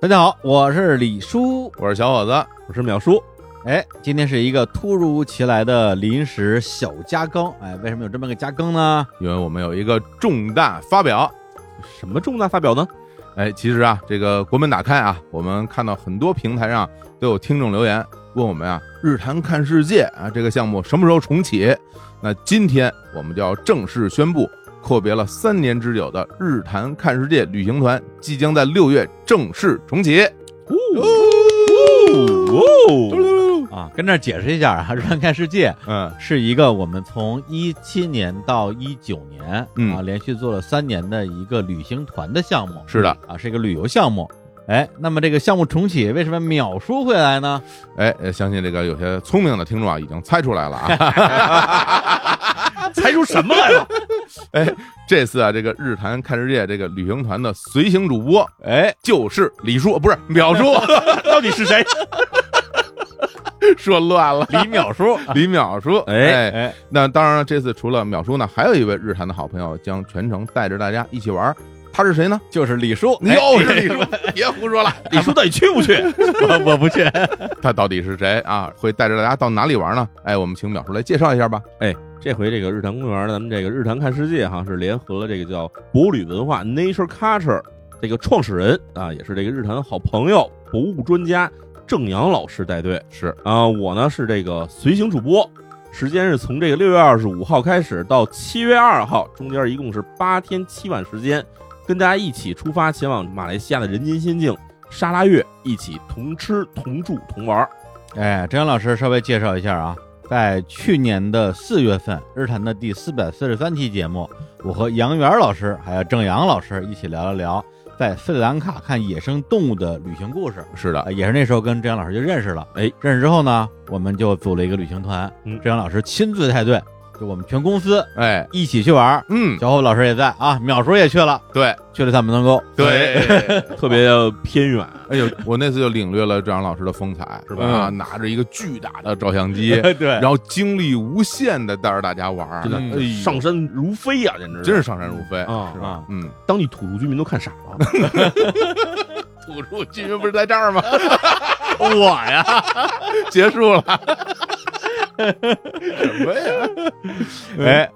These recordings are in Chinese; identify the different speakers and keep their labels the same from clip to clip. Speaker 1: 大家好，我是李叔，
Speaker 2: 我是小伙子，
Speaker 3: 我是淼叔。
Speaker 1: 哎，今天是一个突如其来的临时小加更。哎，为什么有这么个加更呢？
Speaker 2: 因为我们有一个重大发表。
Speaker 3: 什么重大发表呢？
Speaker 2: 哎，其实啊，这个国门打开啊，我们看到很多平台上都有听众留言问我们啊，日坛看世界啊这个项目什么时候重启？那今天我们就要正式宣布，阔别了三年之久的日坛看世界旅行团，即将在六月正式重启。
Speaker 3: 哦
Speaker 1: 啊，跟这儿解释一下 啊，《日常看世界》
Speaker 2: 嗯，
Speaker 1: 是一个我们从一七年到一九年、
Speaker 2: 嗯
Speaker 1: 啊，连续做了三年的一个旅行团的项目。
Speaker 2: 是的，
Speaker 1: 啊，是一个旅游项目。哎，那么这个项目重启，为什么秒叔会来 呢？
Speaker 2: 哎，呃相信这个有些聪明的听众啊，已经猜出来了啊。
Speaker 3: 哦，猜出什么来 了？
Speaker 2: 这次啊，这个日坛看世界这个旅行团的随行主播，哎，就是李叔，不是淼
Speaker 1: 哎
Speaker 2: 叔，
Speaker 3: 到底是谁？
Speaker 2: 说乱了，
Speaker 1: 李淼叔，
Speaker 2: 李淼叔。
Speaker 1: 哎
Speaker 2: 哎，
Speaker 1: 哎，
Speaker 2: 那当然了，这次除了淼叔呢，还有一位日坛的好朋友将全程带着大家一起玩儿，他是谁呢？
Speaker 1: 就是李叔，哎
Speaker 2: 又是李叔， 别胡说了，
Speaker 3: 李叔到底去不去？
Speaker 1: 我我不去。
Speaker 2: 他到底是谁啊？会带着大家到哪里玩呢？哎，我们请淼叔来介绍一下吧。
Speaker 3: 这回这个日坛公园，咱们这个日坛看世界哈，是联合了这个叫博旅文化 Nature Culture 这个创始人啊，也是这个日坛的好朋友、博物专家郑阳老师带队。
Speaker 2: 是
Speaker 3: 啊，我呢是这个随行主播，时间是从这个六月二十五号开始到七月二号，中间一共是八天七晚时间，跟大家一起出发前往马来西亚的人间仙境沙拉越，一起同吃同住同玩儿。
Speaker 1: 哎，张老师稍微介绍一下啊，在去年的四月份，日坛的第四百四十三期节目，我和杨元老师还有郑阳老师一起聊了聊在斯里兰卡看野生动物的旅行故事。
Speaker 2: 是
Speaker 1: 啊，
Speaker 2: 的，
Speaker 1: 也是那时候跟郑阳老师就认识了。
Speaker 3: 哎，
Speaker 1: 认识之后呢，我们就组了一个旅行团，
Speaker 3: 嗯
Speaker 1: 郑阳老师亲自带队，就我们全公司
Speaker 2: 哎，
Speaker 1: 一起去玩儿。
Speaker 2: 嗯，
Speaker 1: 小虎老师也在啊，淼叔也去了，
Speaker 2: 对
Speaker 1: 去了趟门头沟。
Speaker 2: 对，
Speaker 3: 特别的偏远，
Speaker 2: 哎呦，我那次就领略了张老师的风采，
Speaker 3: 是吧
Speaker 2: 啊，拿着一个巨大的照相机，
Speaker 1: 对
Speaker 2: 然后精力无限的带着大家玩儿，
Speaker 3: 真
Speaker 1: 嗯
Speaker 3: 的
Speaker 2: 哎呦
Speaker 3: 上山如飞呀、简直
Speaker 2: 真是上山如飞
Speaker 3: 啊
Speaker 2: 是
Speaker 1: 啊
Speaker 2: 吧？嗯，
Speaker 3: 当地土著居民都看傻了。
Speaker 2: 土著居民不是在这儿 吗？
Speaker 1: 我呀，
Speaker 2: 结束了，什么呀？
Speaker 1: 哎，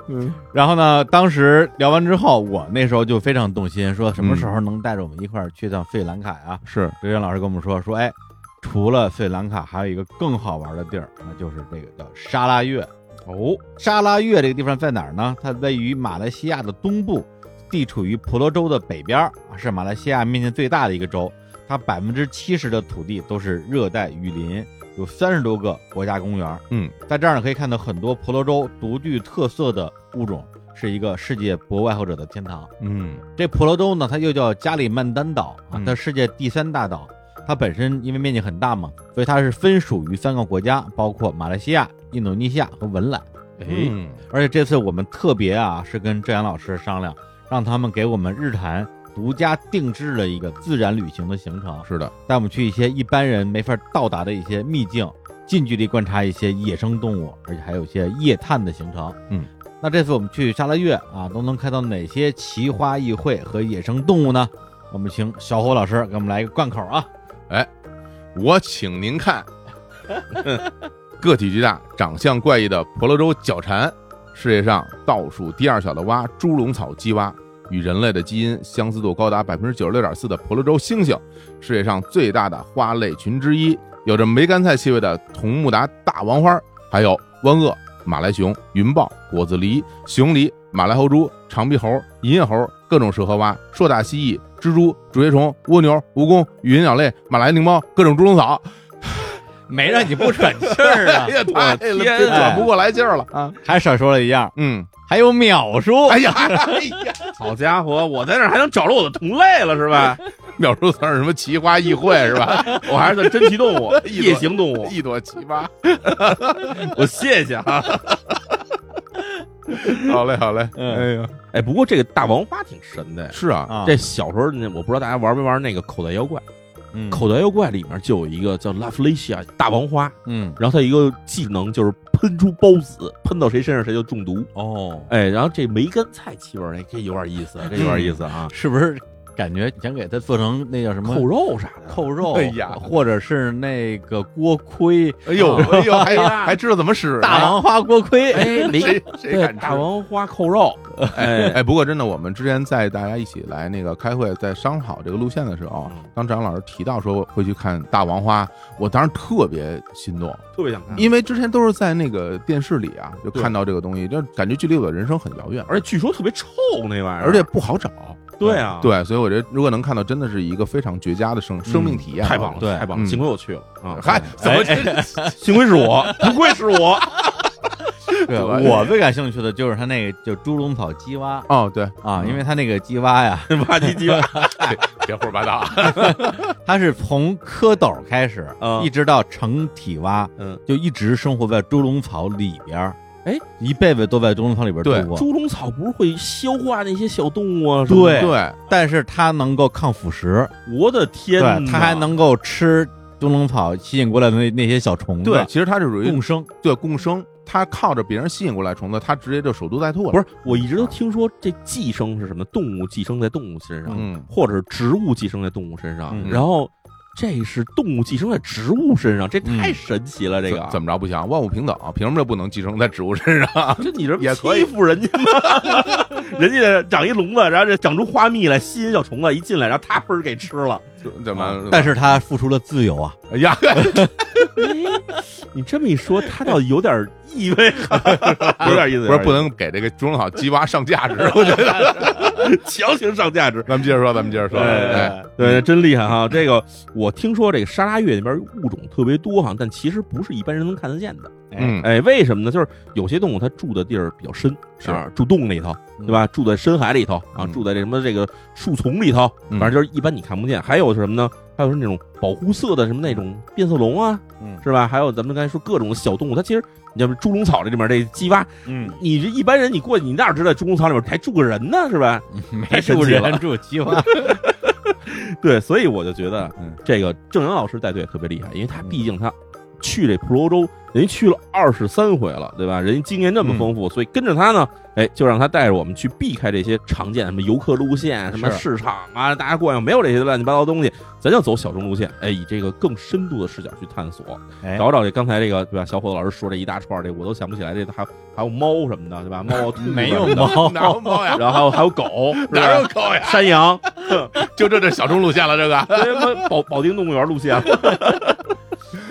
Speaker 1: 然后呢，当时聊完之后，我那时候就非常动心，说什么时候能带着我们一块儿去趟费兰卡呀？
Speaker 2: 是
Speaker 1: 刘源老师跟我们说，说哎，除了费兰卡，还有一个更好玩的地儿，那就是这个叫沙拉越。
Speaker 3: 哦，
Speaker 1: 沙拉越这个地方在哪儿呢？它位于马来西亚的东部，地处于婆罗洲的北边儿，是马来西亚面积最大的一个州。它百分之七十的土地都是热带雨林，有三十多个国家公园。
Speaker 2: 嗯，
Speaker 1: 在这儿呢可以看到很多婆罗洲独具特色的物种，是一个世界博爱好者的天堂。
Speaker 2: 嗯，
Speaker 1: 这婆罗洲呢，它又叫加里曼丹岛啊
Speaker 2: 嗯，
Speaker 1: 它世界第三大岛。它本身因为面积很大嘛，所以它是分属于三个国家，包括马来西亚、印度尼西亚和文莱。
Speaker 3: 哎，
Speaker 2: 嗯，
Speaker 1: 而且这次我们特别啊，是跟郑阳老师商量，让他们给我们日坛独家定制了一个自然旅行的行程，
Speaker 2: 是的，
Speaker 1: 带我们去一些一般人没法到达的一些秘境，近距离观察一些野生动物，而且还有一些夜探的行程。
Speaker 2: 嗯，
Speaker 1: 那这次我们去沙拉越啊，都能看到哪些奇花异卉和野生动物呢？我们请小虎老师给我们来一个贯口啊！
Speaker 2: 我请您看， 个体巨大、长相怪异的婆罗洲角蝉，世界上倒数第二小的蛙猪笼草鸡蛙，与人类的基因相似度高达百分之九十六点四的婆罗洲猩猩，世界上最大的花类群之一，有着梅干菜气味的铜木达大王花，还有湾鳄、马来熊、云豹、果子狸、熊狸、马来猴猪、长鼻猴、银叶猴、各种蛇和蛙、硕大蜥蜴、蜘蛛、竹节虫、蜗牛、蜈蚣、语音鸟类、马来狞猫、各种猪笼草。
Speaker 1: 没让你不喘气儿啊
Speaker 2: 哎呀，太
Speaker 3: 我
Speaker 2: 累
Speaker 3: 天
Speaker 2: 了，
Speaker 1: 啊
Speaker 2: 转不过来劲儿了。
Speaker 1: 还少说了一样，
Speaker 2: 嗯，
Speaker 1: 还有秒叔，
Speaker 2: 哎呀，哎呀，
Speaker 3: 好家伙，我在那儿还能找着我的同类了是 吧？
Speaker 2: 秒叔词儿什么奇花异卉是吧？、
Speaker 3: 我还是算珍奇动 物
Speaker 2: 一朵
Speaker 3: 夜行动
Speaker 1: 哦
Speaker 3: 物。
Speaker 2: 一朵奇葩。
Speaker 3: 我谢谢啊。
Speaker 2: 好嘞，好嘞。
Speaker 1: 嗯
Speaker 2: 哎呀，
Speaker 3: 哎，不过这个大王八挺神的。
Speaker 2: 是啊，
Speaker 1: 啊，
Speaker 3: 这小时候那我不知道大家玩没玩那个口袋妖怪，
Speaker 1: 嗯
Speaker 3: 口袋妖怪里面就有一个叫拉弗雷西亚大王花，
Speaker 1: 嗯
Speaker 3: 然后它一个技能就是喷出孢子，喷到谁身上谁就中毒。
Speaker 1: 哦。
Speaker 3: 哎，然后这梅干菜气味儿那这有点意思，这有点意思啊。
Speaker 1: 是不是感觉想给它做成那叫什么
Speaker 3: 扣肉啥的，
Speaker 1: 扣肉，
Speaker 2: 哎呀
Speaker 1: 或者是那个锅盔，
Speaker 2: 哎呦
Speaker 1: 啊
Speaker 2: 哎呦，还
Speaker 3: 呀
Speaker 2: 还知道怎么使呢啊
Speaker 1: 大王花锅盔，
Speaker 3: 哎，没
Speaker 2: 谁谁
Speaker 3: 对
Speaker 2: 敢，
Speaker 3: 大
Speaker 2: 吃？
Speaker 3: 王花扣肉，
Speaker 2: 哎
Speaker 3: 哎，
Speaker 2: 哎，不过真的，我们之前在大家一起来那个开会，在商讨这个路线的时候啊
Speaker 3: 嗯，
Speaker 2: 当张老师提到说会去看大王花，我当时特别心动，
Speaker 3: 特别想看。
Speaker 2: 因为之前都是在那个电视里啊，就
Speaker 3: 嗯对
Speaker 2: 看到这个东西，就感觉距离我的人生很遥远，
Speaker 3: 而且据说特别臭那玩意儿，
Speaker 2: 而且不好找。
Speaker 3: 对哎啊，，
Speaker 2: 对，所以我觉得如果能看到，真的是一个非常绝佳的生生命体验啊，
Speaker 3: 嗯太棒了，
Speaker 1: 对
Speaker 3: 太棒了，
Speaker 2: 嗯
Speaker 3: 幸亏我去了啊，
Speaker 2: 嗨，怎么
Speaker 1: 哎
Speaker 3: 幸亏是我，不愧是我，
Speaker 1: 对，
Speaker 2: 吧
Speaker 1: 我最感兴趣的就是它那个就猪笼草鸡蛙
Speaker 2: 哦，对，
Speaker 1: 啊，因为它那个鸡蛙呀，
Speaker 3: 挖唧唧吧，
Speaker 2: 别胡说八道啊，
Speaker 1: 它是从蝌蚪开始，
Speaker 3: 嗯
Speaker 1: 一直到成体蛙，
Speaker 3: 嗯，
Speaker 1: 就一直生活在猪笼草里边儿，
Speaker 3: 哎，
Speaker 1: 一辈子都在猪笼草里边
Speaker 2: 对
Speaker 1: 度过。
Speaker 3: 猪笼草不是会消化那些小动物啊？什么的
Speaker 1: 对
Speaker 2: 对，
Speaker 1: 但是它能够抗腐蚀，
Speaker 3: 我的天哪，
Speaker 1: 对，它还能够吃猪笼草吸引过来的那那些小虫子，
Speaker 2: 对，其实它是属于
Speaker 1: 共生。
Speaker 2: 对共生，它靠着别人吸引过来虫子，它直接就守株待兔了。
Speaker 3: 不是？我一直都听说这寄生是什么？动物寄生在动物身上，
Speaker 2: 嗯，
Speaker 3: 或者是植物寄生在动物身上，
Speaker 1: 嗯
Speaker 3: 然后这是动物寄生在植物身上，这
Speaker 1: 嗯
Speaker 3: 太神奇了！这个啊
Speaker 2: 怎怎么着不行？万物平等，凭什么就不能寄生在植物身上？
Speaker 3: 这你这
Speaker 2: 也可以
Speaker 3: 欺负人家吗？ 人家长一笼子，然后这长出花蜜来吸引小虫子，一进来，然后它嘣儿给吃了。
Speaker 2: 怎
Speaker 3: 啊
Speaker 2: 么？
Speaker 1: 但是它付出了自由啊，
Speaker 2: 哎呀，
Speaker 3: 哎 你这么一说，它倒有点意味， 有点意
Speaker 2: 不是
Speaker 3: 思，有点意思
Speaker 2: 不能给这个中老鸡蛙上价值，我觉得。
Speaker 3: 强行上价值。
Speaker 2: 咱们接着说，咱们接着说。哎，
Speaker 3: 对，真厉害哈！这个我听说这个沙拉越那边物种特别多哈，但其实不是一般人能看得见的。
Speaker 2: 嗯，
Speaker 3: 哎，为什么呢？就是有些动物它住的地儿比较深，
Speaker 2: 是
Speaker 3: 啊住洞里头，
Speaker 1: 嗯
Speaker 3: 对吧？住在深海里头啊，
Speaker 2: 嗯
Speaker 3: 住在这什么这个树丛里头，
Speaker 2: 嗯
Speaker 3: 反正就是一般你看不见。还有是什么呢？还有是那种保护色的什么那种变色龙啊，
Speaker 1: 嗯
Speaker 3: 是吧？还有咱们刚才说各种小动物，它其实你要不猪笼草这里面这鸡蛙，
Speaker 1: 嗯，
Speaker 3: 你这一般人你过去你哪知道猪笼草里面还住个人呢，是吧？
Speaker 1: 没
Speaker 3: 太神
Speaker 1: 住
Speaker 3: 奇了
Speaker 1: 人住 鸡蛙，
Speaker 3: 对，所以我就觉得
Speaker 1: 嗯
Speaker 3: 这个郑阳老师带队特别厉害，因为他毕
Speaker 2: 嗯
Speaker 3: 竟他去这普罗州，人家去了二十三回了，对吧？人家经验那么丰
Speaker 2: 嗯
Speaker 3: 富，所以跟着他呢，哎，就让他带着我们去避开这些常见的什么游客路线、什么
Speaker 2: 是
Speaker 3: 市场啊，大家逛没有这些乱七八糟的东西，咱就走小众路线，哎，以这个更深度的视角去探索，
Speaker 1: 哎，
Speaker 3: 找找这刚才这个对吧？小伙子老师说这一大串儿，这我都想不起来，这还有还有猫什么的，对吧？猫啊兔
Speaker 1: 没
Speaker 3: 什
Speaker 1: 有
Speaker 3: 么的，
Speaker 1: 猫，
Speaker 2: 哪有猫 呀？
Speaker 3: 然后还有还有狗，是吧
Speaker 2: 哪有狗呀？
Speaker 3: 山羊，
Speaker 2: 就这这小众路线了，这个。
Speaker 3: 对猫保保定动物园路线。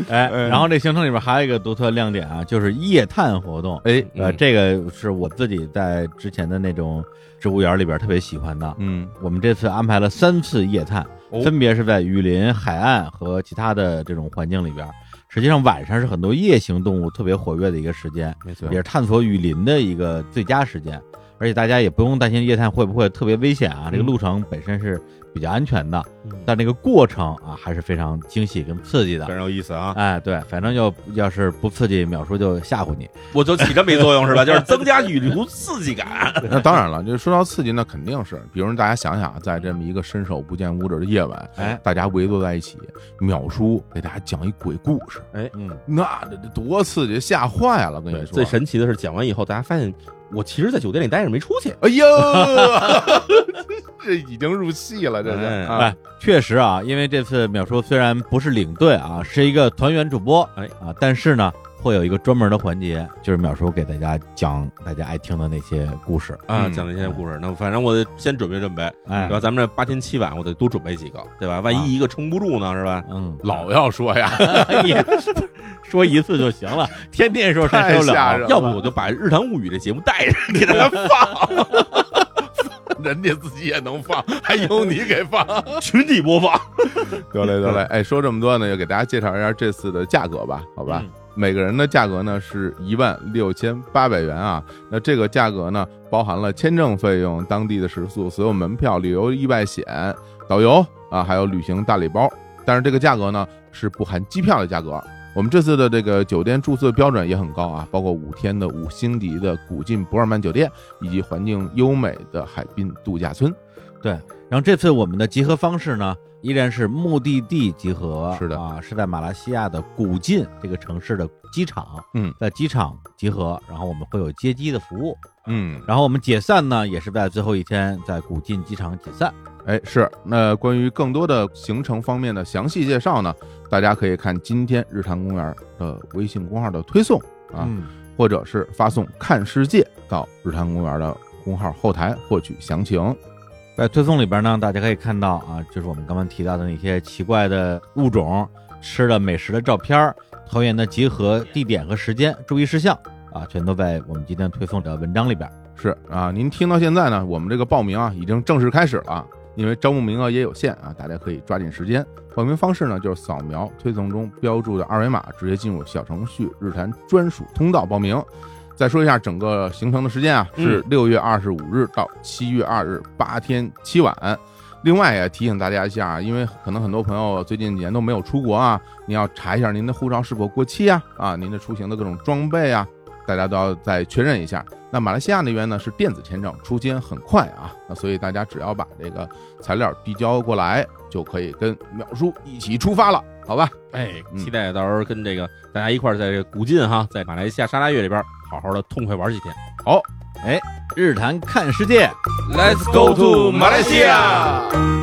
Speaker 1: 哎，
Speaker 2: 嗯
Speaker 1: 然后这行程里边还有一个独特亮点啊，就是夜探活动。
Speaker 2: 哎，
Speaker 1: 呃，
Speaker 3: 嗯
Speaker 1: 这个是我自己在之前的那种植物园里边特别喜欢的。
Speaker 2: 嗯，
Speaker 1: 我们这次安排了三次夜探，
Speaker 3: 哦
Speaker 1: 分别是在雨林、海岸和其他的这种环境里边。实际上，晚上是很多夜行动物特别活跃的一个时间，
Speaker 3: 没错
Speaker 1: 也是探索雨林的一个最佳时间。而且大家也不用担心夜探会不会特别危险啊，这个
Speaker 3: 嗯
Speaker 1: 路程本身是比较安全的，
Speaker 3: 嗯
Speaker 1: 但这个过程啊还是非常惊喜跟刺激的
Speaker 3: 非。常有意思啊！
Speaker 1: 哎，对，反正要要是不刺激，秒叔就吓唬你。
Speaker 3: 我就起这么一作用是吧？就是增加旅途刺激 感。
Speaker 2: 那当然了，就说到刺激，那肯定是，比如大家想想，在这么一个伸手不见五指的夜晚，
Speaker 1: 哎，
Speaker 2: 大家围坐在一起，淼叔给大家讲一鬼故事，
Speaker 1: 嗯，
Speaker 2: 那这这多刺激，吓坏了！跟你说，
Speaker 3: 最神奇的是，讲完以后，大家发现我其实，在酒店里待着没出去。
Speaker 2: 哎 呦，这已经入戏了，这是、
Speaker 3: 哎
Speaker 2: 啊
Speaker 1: 确实啊，因为这次淼叔虽然不是领队啊，是一个团员主播，
Speaker 3: 哎
Speaker 1: 啊，但是呢，会有一个专门的环节，就是淼叔给大家讲大家爱听的那些故事。
Speaker 3: 啊，
Speaker 2: 嗯
Speaker 3: 讲那些故事，那反正我得先准备准备，
Speaker 1: 哎
Speaker 3: 对，吧？咱们这八天七晚，我得多准备几个，对吧？万
Speaker 1: 啊
Speaker 3: 一一个撑不住呢，是吧？
Speaker 1: 嗯，
Speaker 2: 老要说呀，
Speaker 1: 也哎说一次就行了，天天说谁受
Speaker 2: 太吓人
Speaker 1: 了
Speaker 2: 了？
Speaker 3: 要不我就把《日谈物语》这节目带着给大 家放，
Speaker 2: 人家自己也能放，还用你给放？
Speaker 3: 群体播放。
Speaker 2: 得嘞得嘞，哎，说这么多呢，就给大家介绍一下这次的价格吧，好吧？
Speaker 1: 嗯
Speaker 2: 每个人的价格呢是一万六千八百元啊，那这个价格呢包含了签证费用、当地的食宿、所有门票、旅游意外险、导游啊，还有旅行大礼包。但是这个价格呢是不含机票的价格。我们这次的这个酒店住宿的标准也很高啊，包括五天的五星级的古晋博尔曼酒店，以及环境优美的海滨度假村。
Speaker 1: 然后这次我们的集合方式呢，依然是目的地集合，
Speaker 2: 是的
Speaker 1: 啊，是在马来西亚的古晋这个城市的机场，
Speaker 2: 嗯，
Speaker 1: 在机场集合，然后我们会有接机的服务，
Speaker 2: 嗯，
Speaker 1: 然后我们解散呢也是在最后一天在古晋机场解散，
Speaker 2: 哎，是。那关于更多的行程方面的详细介绍呢，大家可以看今天日坛公园的微信公号的推送啊，
Speaker 1: 嗯，
Speaker 2: 或者是发送“看世界”到日坛公园的公号后台获取详情。
Speaker 1: 在推送里边呢，大家可以看到啊，就是我们刚刚提到的那些奇怪的物种、吃的美食的照片儿、投影的集合地点和时间、注意事项啊，全都在我们今天推送的文章里边。
Speaker 2: 是啊，您听到现在呢，我们这个报名啊已经正式开始了，啊因为招募名额也有限啊，大家可以抓紧时间。报名方式呢，就是扫描推送中标注的二维码，直接进入小程序“日坛专属通道”报名。再说一下整个行程的时间啊，是六月二十五日到七月二日，八天七晚。另外也提醒大家一下啊，因为可能很多朋友最近几年都没有出国啊，您要查一下您的护照是否过期啊，啊，您的出行的各种装备啊，大家都要再确认一下。那马来西亚那边呢是电子签证，出签很快啊，那所以大家只要把这个材料递交过来，就可以跟淼叔一起出发了，好吧？
Speaker 3: 哎，
Speaker 2: 嗯
Speaker 3: 期待到时候跟这个大家一块儿在这个古晋哈，在马来西亚沙拉越这边好好的痛快玩几天。
Speaker 2: 好，
Speaker 1: 哎，日坛看世界。
Speaker 3: Let's go to 马来西亚。